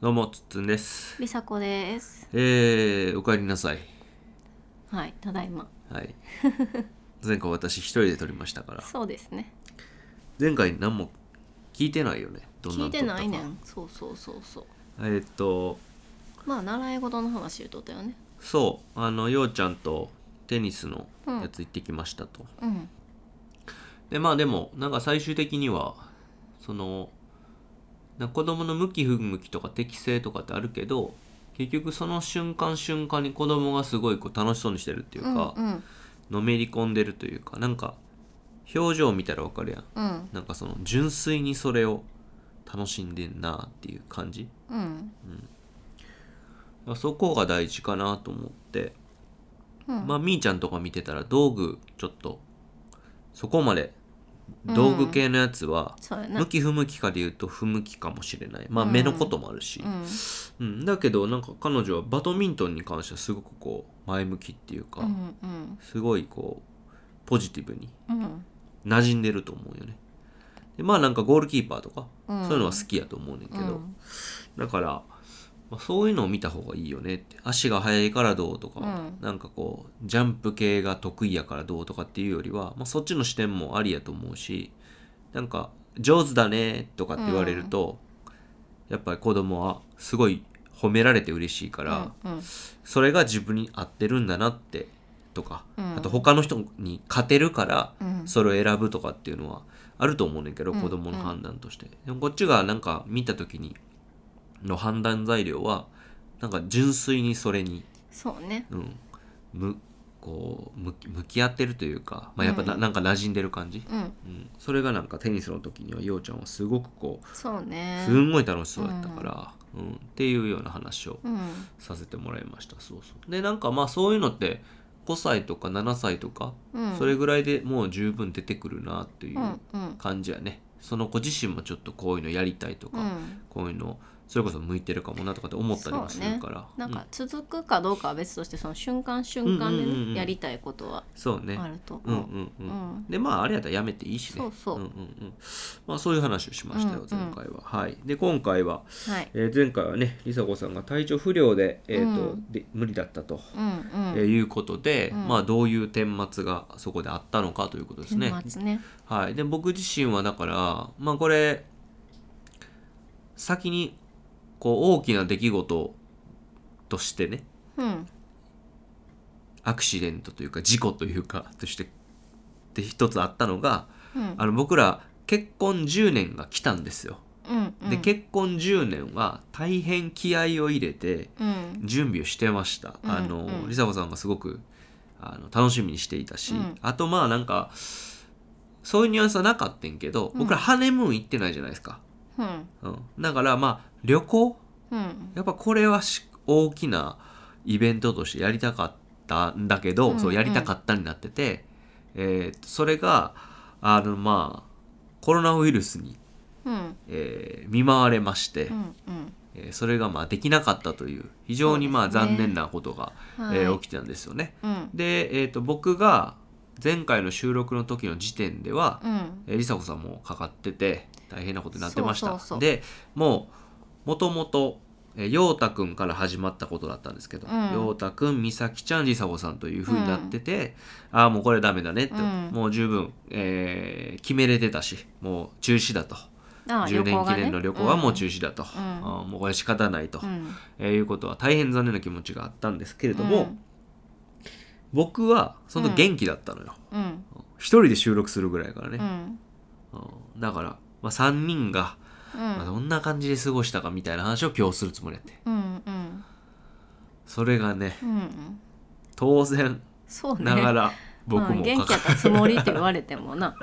どうもつっつんですりさこです。えー、おかえりなさいはい、ただいま。はい 前回私一人で撮りましたからそうですね。前回何も聞いてないよねどんなの聞撮いてったかないねん。そうそうそうそう。えーっとまあ習い事の話言うとったよね。そうあのようちゃんとテニスのやつ行ってきましたと、うん。でまあでもなんか最終的にはそのな子供の向き不向きとか適性とかってあるけど結局その瞬間瞬間に子供がすごいこう楽しそうにしてるっていううか、んうんのめり込んでるというかなんか表情を見たらわかるやんうんなんかその純粋にそれを楽しんでんなっていう感じうんまあそこが大事かなと思って、うんまあみーちゃんとか見てたら道具ちょっとそこまで道具系のやつはそうやな向。き不向きかで言うと不向きかもしれないまあうん目のこともあるしう、んうん、だけどなんか彼女はバドミントンに関してはすごくこう前向きっていうか、うんうんすごいこうポジティブにうん馴染んでると思うよねでまあなんかゴールキーパーとか、うんそういうのは好きやと思うねんけど、うんだから、まあ、そういうのを見た方がいいよねって足が速いからどうとか、うんなんかこうジャンプ系が得意やからどうとかっていうよりは、まあ、そっちの視点もありやと思うしなんか上手だねとかって言われると、やっぱり子供はすごい褒められて嬉しいから、うんそれが自分に合ってるんだなってとか、うんあと他の人に勝てるからうんそれを選ぶとかっていうのはあると思うねんけど、うん子供の判断として、でもこっちがなんか見た時にの判断材料はなんか純粋にそれに、そうね。うん、むこう向き向き合ってるというか、まあ、やっぱな,、うんなんか馴染んでる感じ、うんうん、それがなんかテニスの時にはようちゃんはすごくこうそうねす。んごい楽しそうやったから、うんっていうような話をうんさせてもらいましたそうそうでなんかまあそういうのって5歳とか7歳とか、うん。それぐらいでもう十分出てくるなっていうんううん感じやね、その子自身もちょっとこういうのやりたいとか、うん。こういうのそれこそ向いてるかもなとかって思ったりもするからそうね、なんか続くかどうかは別としてその瞬間瞬間でうんうんうんうんねやりたいことはうんそうねあるとうん思う。うんう、うんんでまああれやったらやめていいしねそうそうんうんうんまあそういう話をしましたようん前うん回は、はいで今回は、はい。えー前回はね梨紗子さんが体調不良で,、えーとうで無理だったとうんうん。えーいうことで、うんまあどういう顛末がそこであったのかということですね。年末ね。はい、で僕自身はだからまあこれ先にこう大きな出来事としてねうん。アクシデントというか事故というかとしてで一つあったのがうんあの僕ら結婚10年が来たんですよ。うんうんで結婚10年は大変気合を入れてうん準備をしてました、うんあのうん梨紗子さんがすごくあの楽しみにしていたし、うんあとまあなんかそういうニュアンスはなかったんけどうん僕らハネムーン行ってないじゃないですか、うんうん、だからまあ旅行うんやっぱこれはし大きなイベントとしてやりたかったんだけど、うんうんそうやりたかったになってて、えーそれがあのまあコロナウイルスに、うんえー見舞われまして、うんうんえーそれがまあできなかったという非常にまあそうですね残念なことが、はいえー起きてたんですよね。うんで、えー、と僕が前回の収録の時の時点では、うんえー、梨紗子さんもかかってて大変なことになってました。そうそうそうでもうもともと陽太くんから始まったことだったんですけどうん陽太、くん美咲ちゃん梨紗子さんというふうになってて、ああもうこれダメだねって、うんもう十分、えー決めれてたしもう中止だと。あ10年記念の旅行はもう中止止だと、うんあーもうこれ仕方ないと、うんえーいうことは大変残念な気持ちがあったんですけれども、うん僕はその元気だったのよ、うん一人で収録するぐらいやからうね、んうんだから、まあ、3人が、うまあんどんな感じで過ごしたかみたいな話を今日するつもりやってうんうんそれがねうん当然そうねながら僕まもあ元か気かやったつもりって言われてもな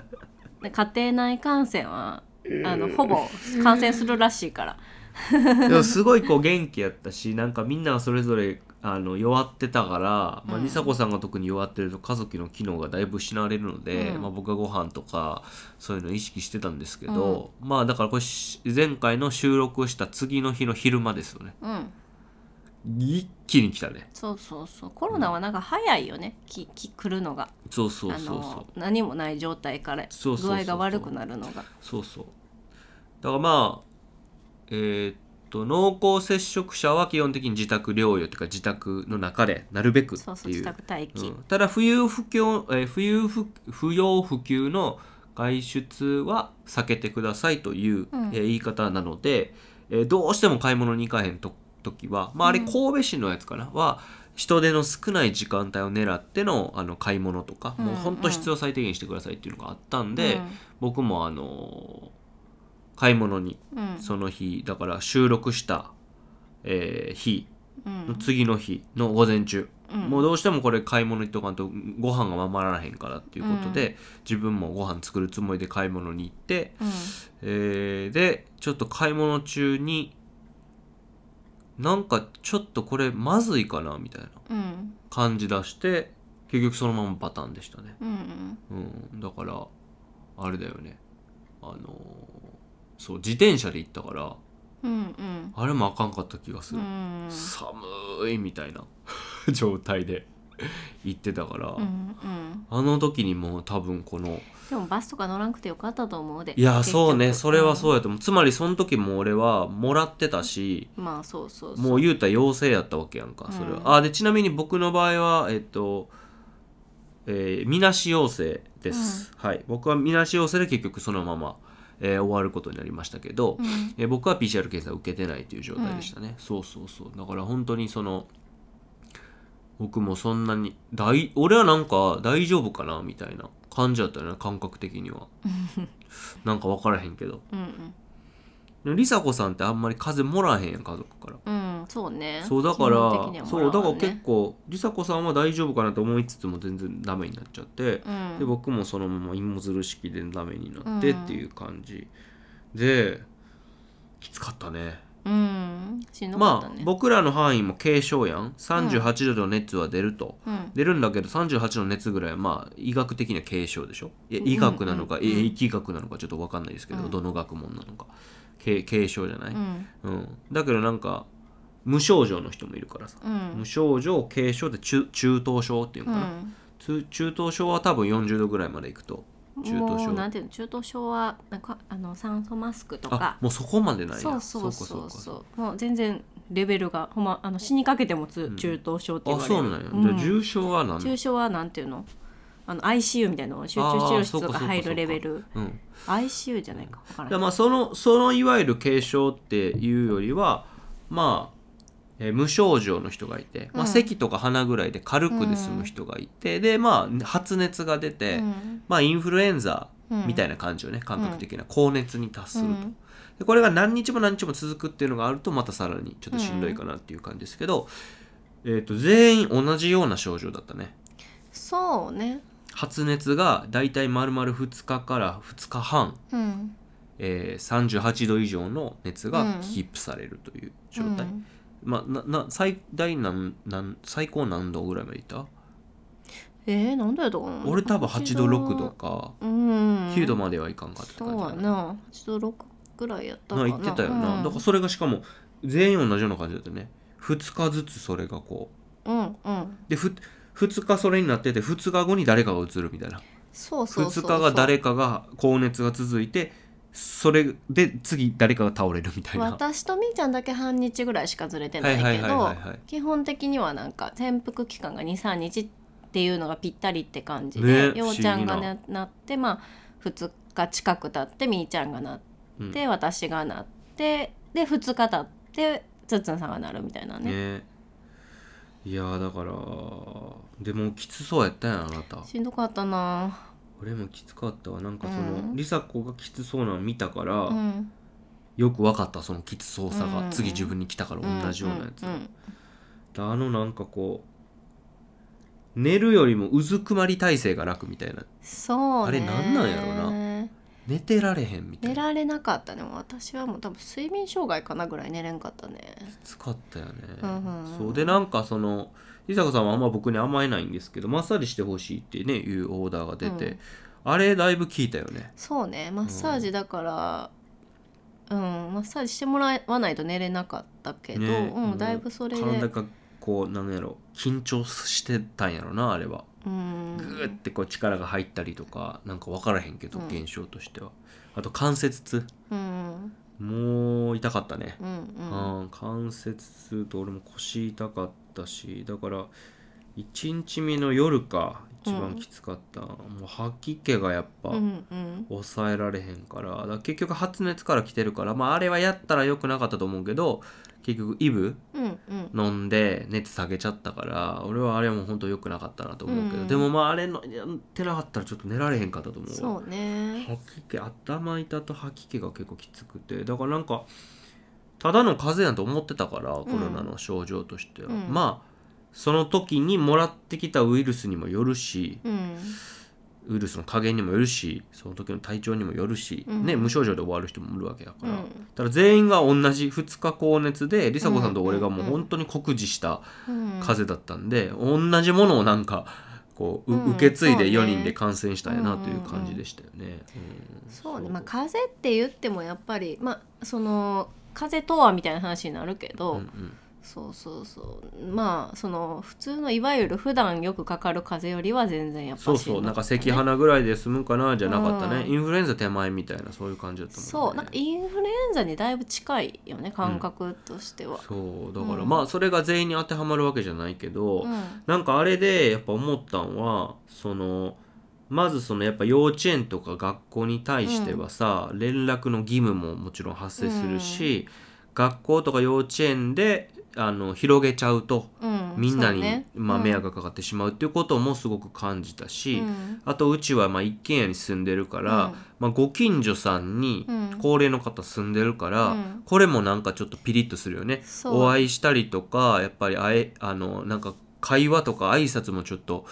で家庭内感染はあのほぼ感染するらしいから でもすごいこう元気やったしなんかみんながそれぞれあの弱ってたから、まあ、うん梨紗子さんが特に弱ってると家族の機能がだいぶ失われるので、うんまあ、僕はご飯とかそういうのを意識してたんですけど、まあだからこれし前回の収録をした次の日の昼間ですよねうん一気に来たねそうそうそうコロナはなんか早いよねきき来るのがそうそうあそうそうの何もない状態から具そうそうそうそう合が悪くなるのがそうそうだからまあえーっと濃厚接触者は基本的に自宅療養というか自宅の中でなるべくっていそうそう自宅待機、うんただ不要不急、えー不要不不要不急の外出は避けてくださいという、うんえー言い方なので、えーどうしても買い物に行かへんと時は、まあ、あれうん神戸市のやつかな、は人手の少ない時間帯を狙ってのあの買い物とか、もう本当必要最低限してくださいっていうのがあったんで、僕もあのー買い物にうん、うんその日だから収録した、えー日うんの次の日の午前中、うんもうどうしてもこれ買い物行っとかんとご飯がまらへんからっていうことで、自分もご飯作るつもりで買い物に行って、うんえーでちょっと買い物中になんかちょっとこれまずいかなみたいなうん感じ出して結局そのままパターンでしたね、うんうん、だからあれだよねあのーそう自転車で行ったからうんうんあれもあかんかった気がすうる、ん寒いみたいな 状態で行ってたから、うんうんあの時にもう多分このでもバスとか乗らんくてよかったと思うでいや結局そうねそれはそううやと思うつまりその時も俺はもらってたしんまあそうそうそうもう言うたら陽性やったわけやんかそれは、うんあでちなみに僕の場合はえっとえーみなし陽性です、はい僕はみなし陽性で結局そのまま、えー終わることになりましたけど、うんえー僕は PCR 検査を受けてないという状態でしたね、そうそうそうだから本当にその僕もそんなに大俺はなんか大丈夫かなみたいな感じだったよね感覚的に はなんか分からへんけどうんでも梨紗子さんってあんまり風邪もらへんやん家族からうんうんそうねそうだか基本的にらはそもうだわからんね結構梨紗子さんは大丈夫かなと思いつつも全然ダメになっちゃってうんで僕もそのまま芋づる式でダメになってっていう感じできつかったねうんしんどかまったあね僕らの範囲も軽症やん38度の熱は出ると、うん出るんだけど38の熱ぐらいはまあ医学的には軽症でしょいやうん医学なのか、うんえ医学なのかちょっと分かんないですけど、うんどの学問なのか軽軽症じゃない、ううんんだけどなんか無症状の人もいるからさ、うん無症状軽症で中中等症っていうのかな、つ中等症は多分40度ぐらいまでいくとうん中等も症うなんていうの中等症はなんかあの酸素マスクとあかもうそこまでないやそうそうそうかかそうもう全然レベルがほんまあの死にかけてもつん中等症って言あわれそる、うなんや、じゃあ重症は何中症はなんていうのあの ICU みたいなの集中治療室とか入るレベルうん ICU じゃないか分かだかららないまあそのそのいわゆる軽症っていうよりはまあえー無症状の人がいて、まあ、うん咳とか鼻ぐらいで軽くで済む人がいて、でまあ発熱が出て、まあインフルエンザみたいなな感じよね感覚的な高熱に達すると、でこれが何日も何日も続くっていうのがあるとまたさらにちょっとしんどいかなっていう感じですけど、えー、と全員同じような症状だったねそうね発熱がだいたい丸々2日から2日半うんえー、38度以上の熱がうんキープされるという状うん態、まあなな最大何何最高何度ぐらいまでいった、えー、なんだよとかな俺多分8度6度かうん9度まではいかんかったってそ感じうだやねな8度6ぐらいやったかなな言ってたよな、うん、だからそれがしかも全員同じような感じだったね2日ずつそれがこううんうんでふ2日それになってて2日後に誰かがうつるみたいなそうそうそうそ2う日が誰かが高熱が続いてそれで次誰かが倒れるみたいな私とみーちゃんだけ半日ぐらいしかずれてないはいはいけはいどはいはい基本的にはなんか潜伏期間が23日っていうのがぴったりって感じねで、ようちゃん不が思議なななってまあ2日近く経ってみーちゃんがなって、私がなってで2日経ってつっつんさんがなるみたいなねねいやーだからでもきつそうやったやんあなたしんどかったな俺もきつかったわなんかそうんの梨紗子がきつそうなの見たから、うんよく分かったそのきつそうさが、うん次自分に来たから同じようなやつ、うんうんであのなんかこう寝るよりもうずくまり体勢が楽みたいなそうねあれなんなんやろな寝てられへんみた寝いなられなかったねもう私はもう多分睡眠障害かなぐらい寝れんかったねきつかったよね、うんうんそうでなんかその梨紗子さんはあんま僕に甘えないんですけどマッサージしてほしいってねいうオーダーが出て、うんあれだいぶ効いたよねそうねマッサージだからうん、マッサージしてもらわないと寝れなかったけど、ねうん、だいぶそれで体がこうなんやろ緊張してたんやろなあれはうんグーってこう力が入ったりとかなんか分からへんけどうん現象としては、あと関節痛うんもう痛かったね、うんうんうん、関節痛と俺も腰痛かったしだから1日目の夜か一番きつかった、もう吐き気がやっぱ、うんうん抑えられへんからだから結局発熱から来てるから、まあ、あれはやったら良くなかったと思うけど結局イブうんうん飲んで熱下げちゃったから俺はあれはもう本当良くなかったなと思うけど、うんでもまああれのやってなかったらちょっと寝られへんかったと思うわそうね吐き気頭痛と吐き気が結構きつくてだからなんかただの風邪なんて思ってたからコロナの症状としては、うんまあその時にもらってきたウイルスにもよるしうんウイルスの加減にもよるしその時の体調にもよるし、うんね、無症状で終わる人もいるわけだかうら、んだから全員が同じ2日高熱で梨紗子さんと俺がもううんうんうん本当に酷似したうん風邪だったんで、同じものをなんかこう、ううん受け継いでそ4うね人で感染したんやなという感じでしたよね。んそうねまあ風邪って言ってもやっぱりまあその風邪とはみたいな話になるけど、うんうんそうそうそうまあその普通のいわゆる普段よくかかる風邪よりは全然やっぱそうしそうどなんかかっ咳たね鼻ぐらいで済むかなじゃなかったね、うんインフルエンザ手前みたいなそういう感じだったもんねそうなんかインフルエンザにだいぶ近いよね感覚としては、そうだから、うんまあそれが全員に当てはまるわけじゃないけど、うんなんかあれでやっぱ思ったんはそのまずそのやっぱ幼稚園とか学校に対してはさ、連絡の義務ももちろん発生するし、学校とか幼稚園であの広げちゃうとうんみんなそうに、ねまあ、うん迷惑がかかってしまうっていうこともすごく感じたし、うんあとうちはまあ一軒家に住んでるから、うんまあ、ご近所さんにうん高齢の方住んでるから、うんこれもなんかちょっとピリッとするよねそうお会いしたりとかやっぱりあえあのなんか会話とか挨拶もちょっと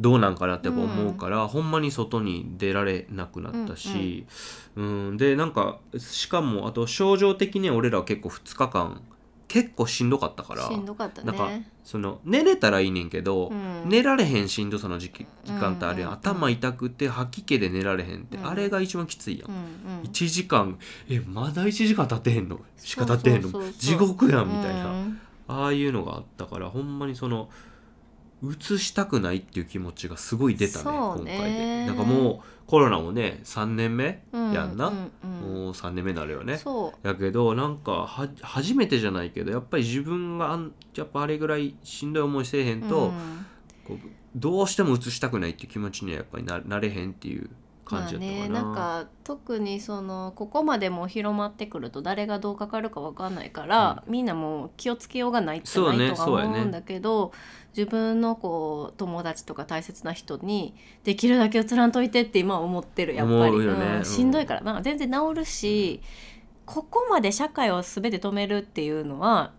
どうなんかなってやっぱ思うから、ほんまに外に出られなくなったし、うんでなんかしかもあと症状的に俺らは結構2日間結構しんどかったからしんどかったなんかねその寝れたらいいねんけど、うん寝られへんしんどさの時期時間帯あるやん、うんうんうん頭痛くて吐き気で寝られへんって、うんあれが一番きついやん、うんうん1時間えまだ1時間経ってへんのしか経ってへんのそうそうそうそう地獄やんみたいな、うんああいうのがあったからほんまにその移したくないっていう気持ちがすごい出たねそうね今回でなんかもうコロナもね3年目やんな、うんうんうもんう3年目になるよねそうやけどなんかは初めてじゃないけどやっぱり自分があんやっぱあれぐらいしんどい思いせえへんと、うんこうどうしても移したくないっていう気持ちにはやっぱりななれへんっていう感まあじだったねかな,、なんか特にそのここまでもう広まってくると誰がどうかかるかわかんないから、みんなもう気をつけようがないってそうなねいとはそうやね思うんだけど、自分のこう友達とか大切な人にできるだけ移らんといてって今は思ってるやっぱり思うよねんうんしんどいからな全然治るし、ここまで社会を全て止めるっていうのは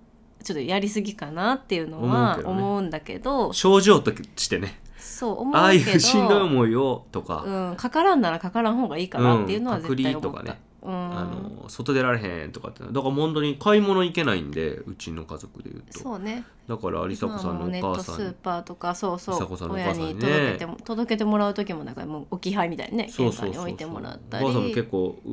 ちょっとやりすぎかなっていうの思うはけどね思うんだけど症状としてねそう思うけどああいうしんどい思いをとか、うん、かからんならかからん方がいいかなっていうのは絶対思った、うん隔離とかねうん、あの外出られへんとかってなだから本当に買い物行けないんでうちの家族でいうとそうねだから梨紗子さんの今はもうネおッ母トさスんーパーとかそうそ梨紗子うさんのお母親さんねに届けても届けてもらう時もなんかもう置き配みたいにねそ玄うそう関そうにそう置いてもらったりお母さんも結構う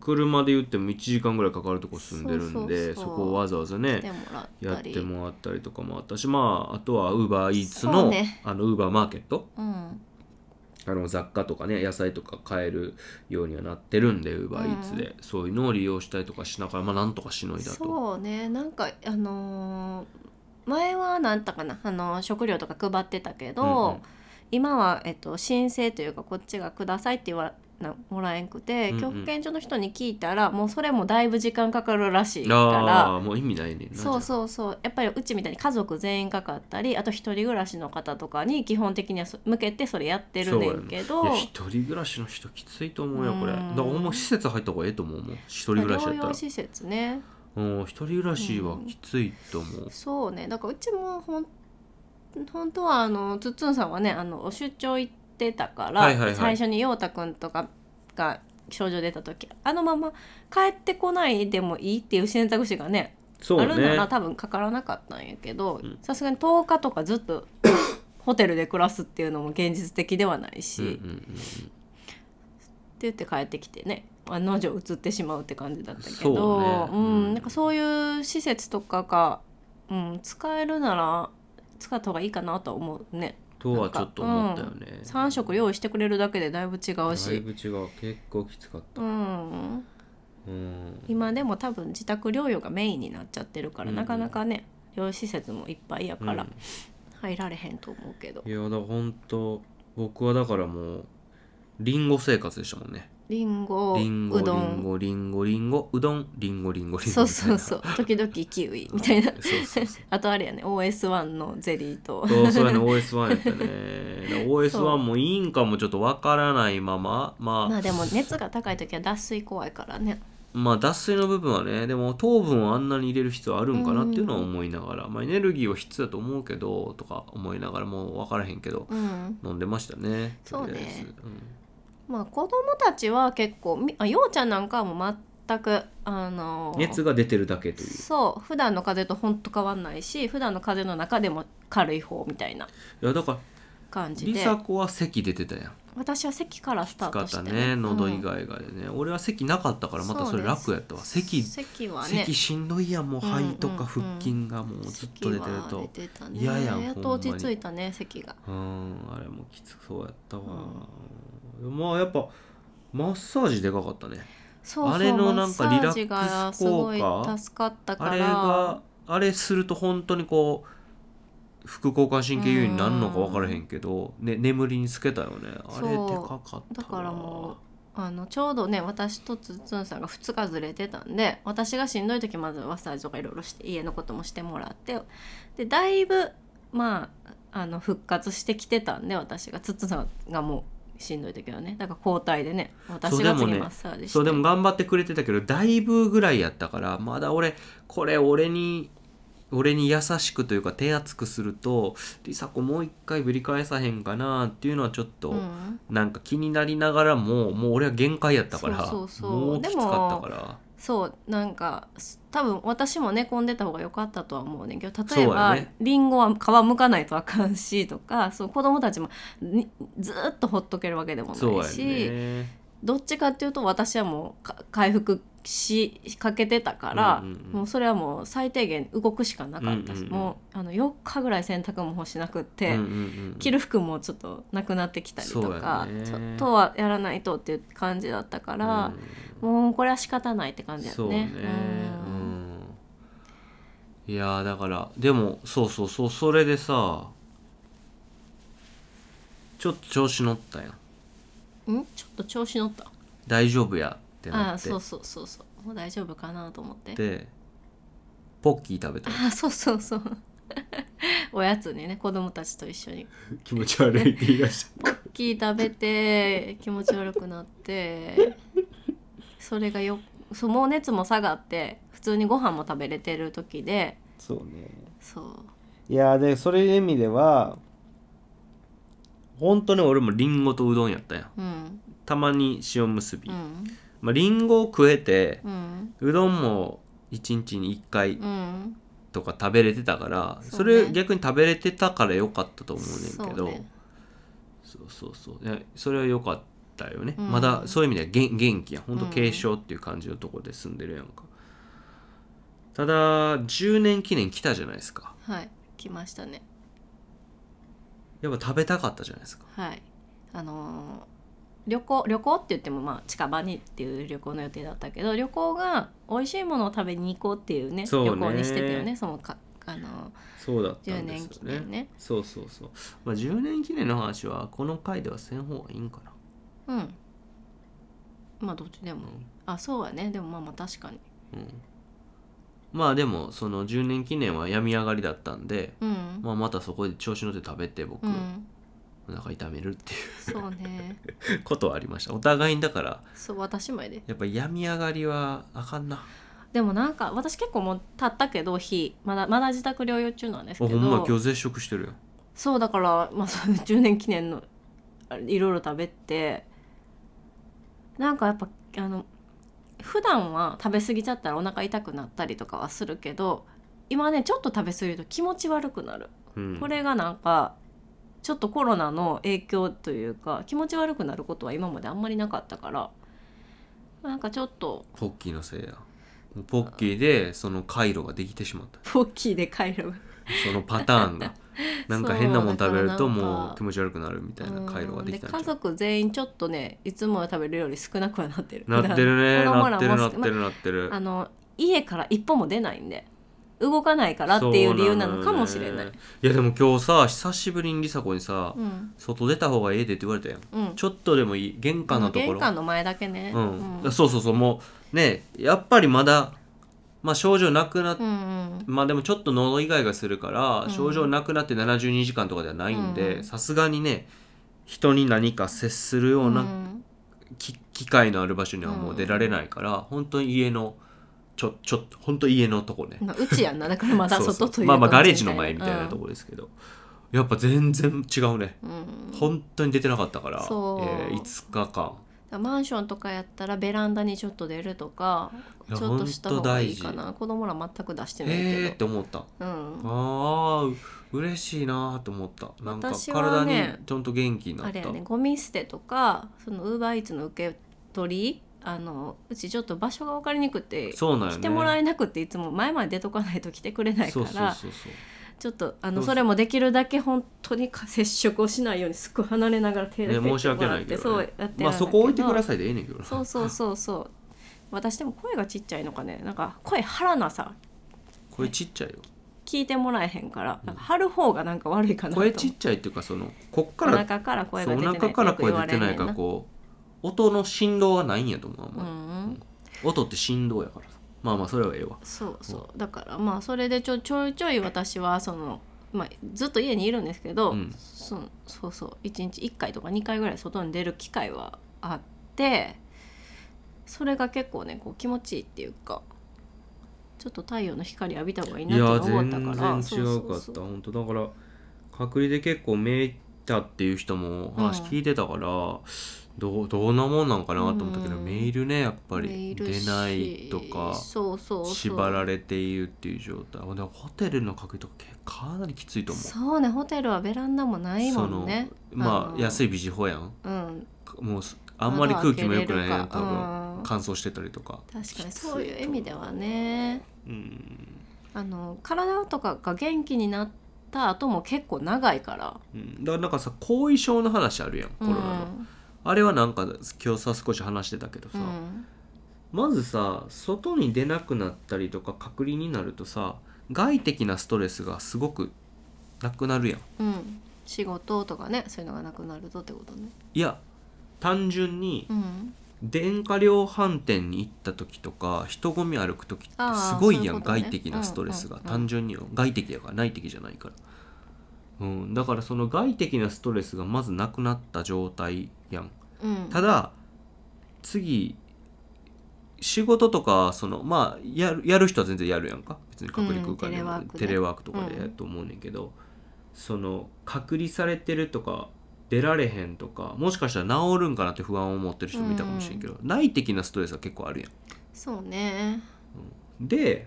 車で言っても1時間ぐらいかかるとこ住んでるんでそそうそうそうこをわざわざ来てねもらやっったりてもらったりとかもあったしまああとはウーバーイーツそのうねあのウーバーマーケットうんあの雑貨とかね野菜とか買えるようにはなってるんでウーバーイーツでそういうのを利用したりとかしながらまあなんとかしのいだと。そうねなんかあのー前はなんだかな、あのー食料とか配ってたけど、うんうん今は、えっと、申請というかこっちがくださいって言わなもらえんくうんうて、ん恐怖保健所の人に聞いたらもうそれもだいぶ時間かかるらしいからああもう意味ないねんなそうそうそうやっぱりうちみたいに家族全員かかったりあと一人暮らしの方とかに基本的にはそ向けてそれやってるねんけどいや一人暮らしの人きついと思うよこれうだんからほんま施設入った方がええと思うもん一人まあ暮らしや療ったら養施設ねうん一人暮らしはきついと思うそうねだからうちもほん本当はあのつっつんさんはねあのお出張行ってたから、はいはいはい最初に陽太くんとかが症状出た時あのまま帰ってこないでもいいっていう選択肢がねそうあねるんだな多分かからなかったんやけどんさすがに10日とかずっ とホテルで暮らすっていうのも現実的ではないし、うんうってんうん言って帰ってきてね案の定移ってしまうって感じだったけそうどねう、うんん、なんかそういう施設とかが、うん、使えるなら使った方がいいかなとは思うねとはちょっと思ったよね、 3食用意してくれるだけでだいぶ違うだいし。ぶ違う結構きつかったうんうん今でも多分自宅療養がメインになっちゃってるから、うんなかなかね療養施設もいっぱいやから、うん入られへんと思うけどいやだから本当僕はだからもうリンゴ生活でしたもんねりんごリンゴうリどンんゴリンゴリンゴうどんリンゴリンゴリンゴそうそううそう時々キウイみたいなそうそうそうあとあれやね OS1 のゼリー とそうそうやね OS1 やったねだから OS1 もいいんかもちょっとわからないまままあ、まあでも熱が高い時は脱水怖いからねまあ脱水の部分はねでも糖分をあんなに入れる必要あるんかなっていうのは思いながら、まあ、エネルギーは必要だと思うけどとか思いながらもう分からへんけどうん飲んでましたねそうねとりあえずまあ子供たちは結構みあようちゃんなんかはもう全くあのうん、ー熱が出てるだけというそう普段の風邪とほんと変わんないし普段の風邪の中でも軽い方みたいないやだから感じ梨で紗子は咳出てたやん私は咳からスター使トっしてたねね喉以うん外がでね、俺は咳なかったからまたそれ楽やったわそう咳です咳はね咳しんどいやんもううんうんうん肺とか腹筋がもうずっと出てる咳はと出てたね嫌やんやっほとんまに落ち着いたね咳がうんあれもきつそうやったわ、まあやっぱマッサージでかかったねそうそうあれのなんかリラックス効果マッサージがすごい助かったからあれがあれすると本当にこう副交感神経優位になるのか分からへんけど、ね、眠りにつけたよねあれでそうかかったわだからもあのちょうどね私とつつんさんが2日ずれてたんで私がしんどい時まずマッサージとかいろいろして家のこともしてもらってでだいぶまああの復活してきてたんで私がつつんさんがもうしんどい時はねだから交代でね私そうでがも次ねマッサージしてそうでも頑張ってくれてたけどだいぶぐらいやったからまだ俺これ俺に俺に優しくというか手厚くすると梨紗子もう一回ぶり返さへんかなっていうのはちょっと、うんなんか気になりながらももう俺は限界やったからそうそうそうもうきつかったからそうなんかす多分私も寝込んでた方が良かったとは思うねんけどそう例えやば、ねりリンゴは皮剥かないとあかんしとかそう子供たちもにずーっとほっとけるわけでもそうなやいし、ねどっちかっていうと私はもうか回復しかけてたから、うんうんうんもうそれはもう最低限動くしかなかったし、うんうんうんもうあの4日ぐらい洗濯も干しなくっうんて。うんうん着る服もちょっとなくなってきたりとか、そうやねちょっとはやらないとっていう感じだったから、もうこれは仕方ないって感じだそうよねね。うんうんいやーだからでもそうそうそうそれでさちょっと調子乗ったやんんちょっと調子乗った。大丈夫やってあなっあてそうそうそうそう。もう大丈夫かなと思って。でポッキー食べたああそうそうそう。 おやつにね子供たちと一緒に 気持ち悪いって言い出し ポッキー食べて気持ち悪くなってそれがよそうもう熱も下がって普通にご飯も食べれてる時でそうねそういやーでそれいう意味では本当に俺もリンゴとうどんやったやんうんたまに塩むすび、うんまあ、リンゴを食えてうんうどんも1日に1回うんとか食べれてたから、そそうねれ逆に食べれてたから良かったと思うねんけどそうねそう,、そうそういやそれは良かったよね、うんまだそういう意味では元元気やんほんとうん軽症っていう感じのところで住んでるやんか、ただ10年記念来たじゃないですかはい来ましたねやっぱ食べたかったじゃないですかはいあのー旅行旅行って言ってもまあ近場にっていう旅行の予定だったけど旅行が美味しいものを食べに行こうっていうねそうね旅行にしてたよねそのかあのそうだっーた10んです年よ記ね念ねそうそうそう、まあ、10年記念の話はこの回ではせん方がいいんかなうんまあどっちでうも、んあそうやねでもまあまあ確かにうんまあでもその10年記念は病み上がりだったんで、うん、まあ、またそこで調子乗って食べて僕、うんお腹痛めるっていそうねう ことはありましたお互いにだからそう私もやでやっぱ病み上がりはあかんなでもなんか私結構もう経ったけど日まだまだ自宅療養中なんですあけほんまど今日絶食してるよそうだから、まあ、そういう10年記念のあれいろいろ食べてなんかやっぱあの普段は食べ過ぎちゃったらお腹痛くなったりとかはするけど今ねちょっと食べ過ぎると気持ち悪くなる、うんこれがなんかちょっとコロナの影響というか気持ち悪くなることは今まであんまりなかったからなんかちょっとポッキーのせいやポッキーでその回路ができてしまったポッキーで帰る そのパターンがなんか変なもんそう食べるとだからなんかもう気持ち悪くなるみたいな回路ができたんちゃ家う族全員ちょっとねいつも食べるより少なくはなってるなってるね子供なっらもてるなってまるなってるあの家から一歩も出ないんで動かないからっていう理由なのかもしれないそうのよねいやでも今日さ久しぶりに梨紗子にさ、うん外出た方がええでって言われたやんうんちょっとでもいい玄関のとこ玄ろ関の前だけねうんうんそうそうそうもうねやっぱりまだまあ症状なくなっうんうんまあでもちょっと喉以外がするから、うん症状なくなって72時間とかではないんうでんさすがにね人に何か接するような、うんき機会のある場所にはもう出られないから、本当に家のちょちょ本当家のとこね、まあうちやんなだからまだそうそう外というまあまあ感ガレーじジの前みたいなとこですけど、やっぱ全然違うねうんうん本当に出てなかったから、えそうー5日間マンションとかやったらベランダにちょっと出るとかいやちょっとした方がいいかな子供ら全く出してないえーっけて思ったど、うん、あーう嬉しいなーと思ったなんか私体はねにちゃんと元気になあっれた、やねゴミ捨てとかそのウーバーイーツの受け取りあのうちちょっと場所が分かりにくて、そうなんよね来てもらえなくていつも前まで出とかないと来てくれないかそうらそうそうそうちょっとあそうのそうそれもできるだけ 本当にか接触をしないようにすく離れながら手だけね申しやって訳もらなっいけてど、ね、そうやってるんだけどまあそこ置いてくださいでええねんけどなそうそうそうそう私でも声がちっちゃいのかねなんか声張らなさこれちっちゃいよ聞いてもらえへんからなんか張る方がなんか悪いかなと思声うちっちゃいっていうかそのこっおから腹から声そがう出おてない腹から声出てないかからこう音の振動がないんやと思うあんうまり、ん音って振動やからさまあまあそれはええわそうそうだからまあそれでちょちょいちょい私はその、まあ、ずっと家にいるんですけど、うんそそうそう1日1回とか2回ぐらい外に出る機会はあってそれが結構ねこう気持ちいいっていうかちょっと太陽の光浴びた方がいいいなやと思全った然違かうらかったそうそうそう本当だから隔離で結構めいたっていう人も話聞いてたから、どうどんなもんなんかなと思ったけど、うんメールねやっぱメりール出しないとかそうそうそう縛られているっていう状態ほんでホテルの隔離とか結構かなりきついと思うそうねホテルはベランダもないもんねそのまあ安いいビジホやんうんもうすあんまり空気も良くないやん多窓開けれるか分、うん乾燥してたりとか確かにそういう意味ではねうん、あの体とかが元気になった後も結構長いからうん、だからなんかさ後遺症の話あるやんコロナの、あれはなんか今日さ少し話してたけどうさ、んうんまずさ外に出なくなったりとか隔離になるとさ外的なストレスがすごくなくなるやんうん仕事とかねそういうのがなくなるとってことねいや単純にうん電化量販店に行った時とか人混み歩く時ってあーすごいやんそういうことね外的なストレスが、うんうんうん単純によ外的やから内的じゃないから、うん、だからその外的なストレスがまずなくなった状態やんうんただ次仕事とかそのまあやるやる人は全然やるやんか別に隔離空間でも、うんテテレレワークとかでやると思うねんけど、その隔離されてるとか出られへんとかもしかしたら治るんかなって不安を持ってる人もいたかもしれんけど、内的なストレスは結構あるやそうねん。で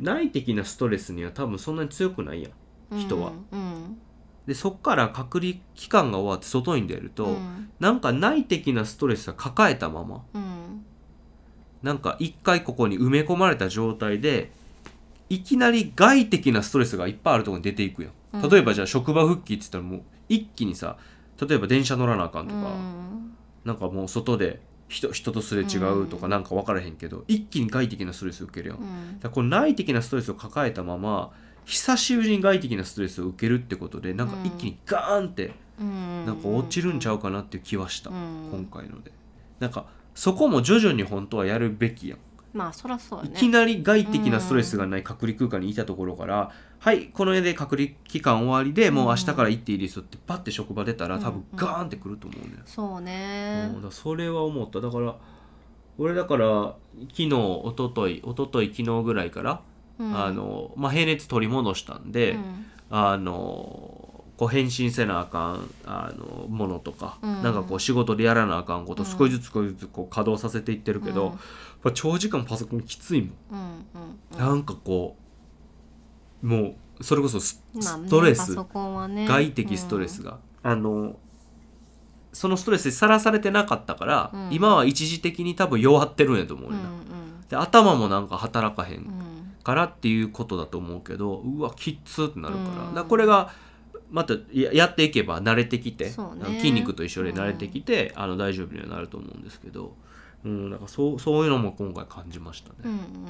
内的なストレスには多分そんなに強くないやん。人はうんうんでそっから隔離期間が終わって外に出ると、うんなんか内的なストレスは抱えたまま、うんなんか一回ここに埋め込まれた状態でいきなり外的なストレスがいっぱいあるところに出ていくやうんん例えばじゃあ職場復帰って言ったらもう一気にさ例えば電車乗らなあかんとうか、んなんかもう外で人人とすれ違うとかうんなんか分からへんけど、一気に外的なストレス受けるやん、うだかんらこの内的なストレスを抱えたまま久しぶりに外的なストレスを受けるってことでなんか一気にガーンってうんなんか落ちるんちゃうかなっていう気はした、うん今回のでなんかそこも徐々に本当はやるべきやんまあそらそういやねきなり外的なストレスがない隔離空間にいたところから、はいこの絵で隔離期間終わりでもう明日から行っていいですよってパッて職場出たら多分うんうんガーンってくると思うね、そううんねだからそれは思っただから俺だから昨日一昨日一昨日昨日ぐらいから、うんあのまあ、平熱取り戻したんで、うんあのこう返信せなあかんあのものとか、うんなんかこう仕事でやらなあかんことうん少しずつ少しずつこう稼働させていってるけど、うんやっぱ長時間パソコンきついもん。うんうんうんなんかこうもうそれこそスまあねストレス、パソコンはね外的ストレスが、あのそのストレスにさらされてなかったから、うん今は一時的に多分弱ってるんやと思ううんねうんな、で頭もなんか働かへん、うんうんからっていうことだと思うけどうわきっつってなるから,、うんだからこれがまたややっていけば慣れてきて、そうねあの筋肉と一緒で慣れてきて、あの大丈夫にはなると思うんですけど、うん、なんかそうそういうのも今回感じましたね。うんうんうんうんうん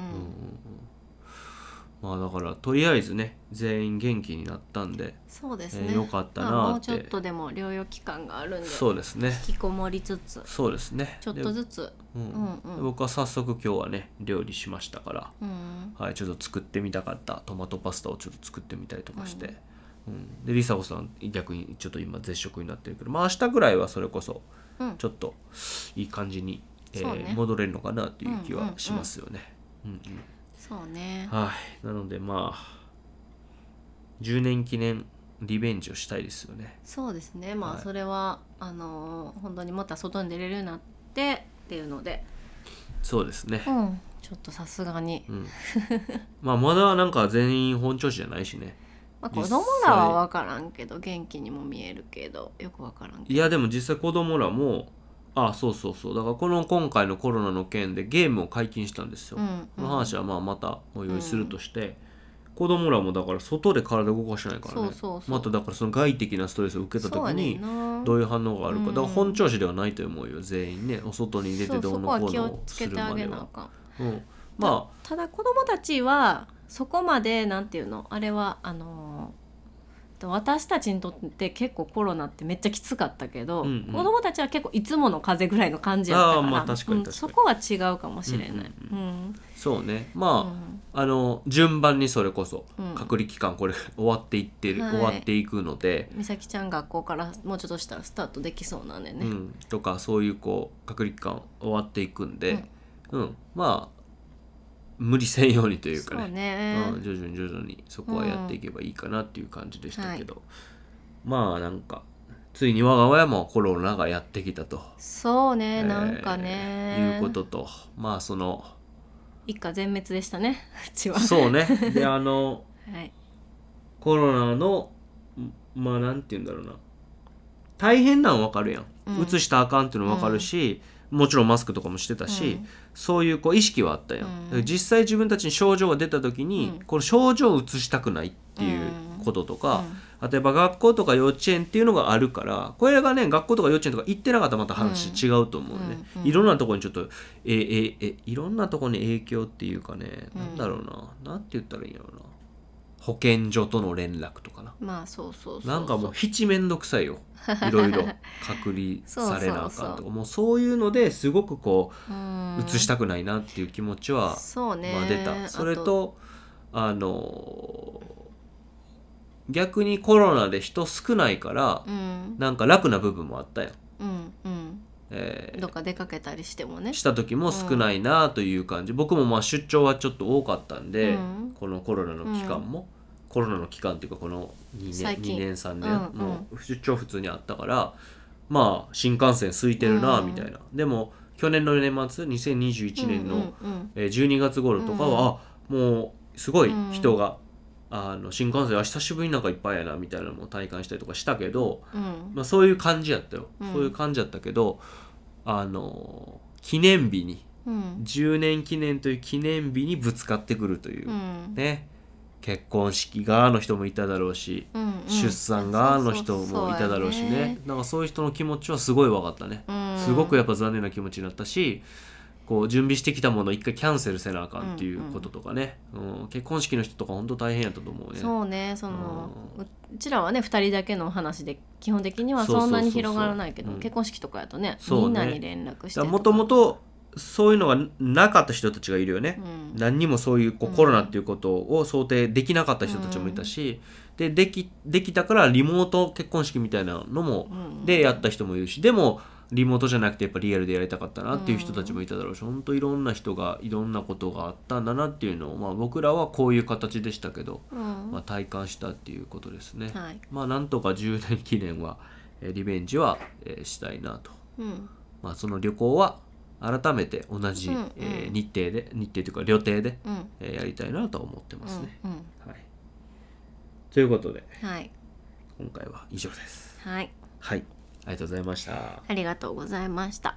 まあだからとりあえずね全員元気になったんでそうですね、えーよかったなーってまあもうちょっとでも療養期間があるんでそうですね引きこもりつつそうですねちょっとずつでうんうんうん僕は早速今日はね料理しましたから、うんはい、ちょっと作ってみたかったトマトパスタをちょっと作ってみたりとかして、うんでりさこさん逆にちょっと今絶食になってるけどまあ明日ぐらいはそれこそうんちょっといい感じに、えーそうね戻れるのかなっていう気はしますよね。うんうんそうねはい、なのでまあ10年記念リベンジをしたいですよね。そうですねまあはいそれは、あのー本当にまた外に出れるようになってっていうので、そうですね。うん、ちょっとさすがに、うん、まあまだなんか全員本調子じゃないしね。まあ、実子際供らは分からんけど元気にも見えるけどよく分からんけいやでも実際子供らもあそうそうそうだからこの今回のコロナの件でゲームを解禁したんですよ。ど、うんこの話はまあまたお用意するとして、子供らもだから外で体動かしてないからねそうそうそうまただからその外的なストレスを受けたそう時やねにんなどういう反応があるか、だからうん本調子ではないと思うよ全員ねお外に出そてうどうそのここはう気をのつすけるてあまげでなあは、かんうん、まただ子供たちはそこまでなんていうのあれはあのー私たちにとって結構コロナってめっちゃきつかったけど、うんうん子供たちは結構いつもの風邪ぐらいの感じやったからあーまあ確かに確かにうんそこは違うかもしれない。ううんあそうねまあ、うんあの順番にそれこそうん隔離期間これ終わっていってる、はい終わっていくので、美咲ちゃん学校からもうちょっとしたらスタートできそうなんでね。うん、とかそういうこう隔離期間終わっていくんで、うんまあ無理せんようにというかそうねね、うん、徐々に徐々にそこはやっていけばいいかなっていう感じでしたけど、まあなんかついに我が親もコロナがやってきたと、そうね、えーなんかねいうこととまあその一家全滅でしたねうちは。そうねであのはい、コロナのんまあなんて言うんだろうな大変なん分かるやんうんうつ、したらあかんっていうの分かるし、もちろんマスクとかもしてたし、うんそういうこう意識はあったやん、うんだから実際自分たちに症状が出た時に、うんこの症状をうつしたくないっていうこととか、う例えば学校とか幼稚園っていうのがあるからこれがね学校とか幼稚園とか行ってなかったらまた話違うと思うね、うんうんいろんなところにちょっとえええいろんなところに影響っていうかね、うんなんだろうななんて言ったらいいんやろうな保健所との連絡とかな。んまあそうそうそうそうなんかもう七面倒くさい よいろいろ隔離されなあそうかんそうとそかもうそういうのですごくこうんう移したくないなっていう気持ちはそうね、まあ出たあそれとあのー逆にコロナで人少ないからうんなんか楽な部分もあったよ、うんうんえーどっか出かけたりしてもねした時も少ないなという感じ、僕もまあ出張はちょっと多かったんで、うんこのコロナの期間も、コロナの期間っていうかこの2最年近二年3年、うんうんもう出張普通にあったからまあ新幹線空いてるなうんみたいな、でも去年の年末2021年の、うんうんえー12月頃とかは、あもうすごい人が、あの新幹線あ久しぶりになんかいっぱいやなみたいなのも体感したりとかしたけど、うんうんまあ、そういう感じやったよ、うんそういう感じやったけどあのー記念日にうん10年記念という記念日にぶつかってくるという、うんね結婚式側の人もいただろうし、うん出産側の人もいただろうしね,、なんかそういう人の気持ちはすごい分かったね、すごくやっぱぱ残念な気持ちになったしこう準備してきたものを一回キャンセルせなあかんっていうこととかね、うん結婚式の人とか本当大変やったと思うねそうねそのうちらはね二人だけの話で基本的にはそうそうそそうそうんなに広がらないけどうん結婚式とかやとねそうねみんなに連絡してもともととそういうのがなかった人たちがいるよね、かうん何にもそういうこううんコロナっていうことを想定できなかった人たちもいたし、でできできたからリモート結婚式みたいなのもうんでやった人もいるしでもリモートじゃなくてやっぱリアルでやりたかったなっていう人たちもいただろうし、ほんといろんな人がいろんなことがあったんだなっていうのを、まあ、僕らはこういう形でしたけど、うんまあ、体感したっていうことですね。はいまあなんとか10年記念はえーリベンジはえーしたいなとうんまあ、その旅行は改めて同じ、うんうんえー日程で日程というか旅程で、うんえーやりたいなとは思ってますね。うんはい、ということでうんはい今回は以上です。はいはいありがとうございました。ありがとうございました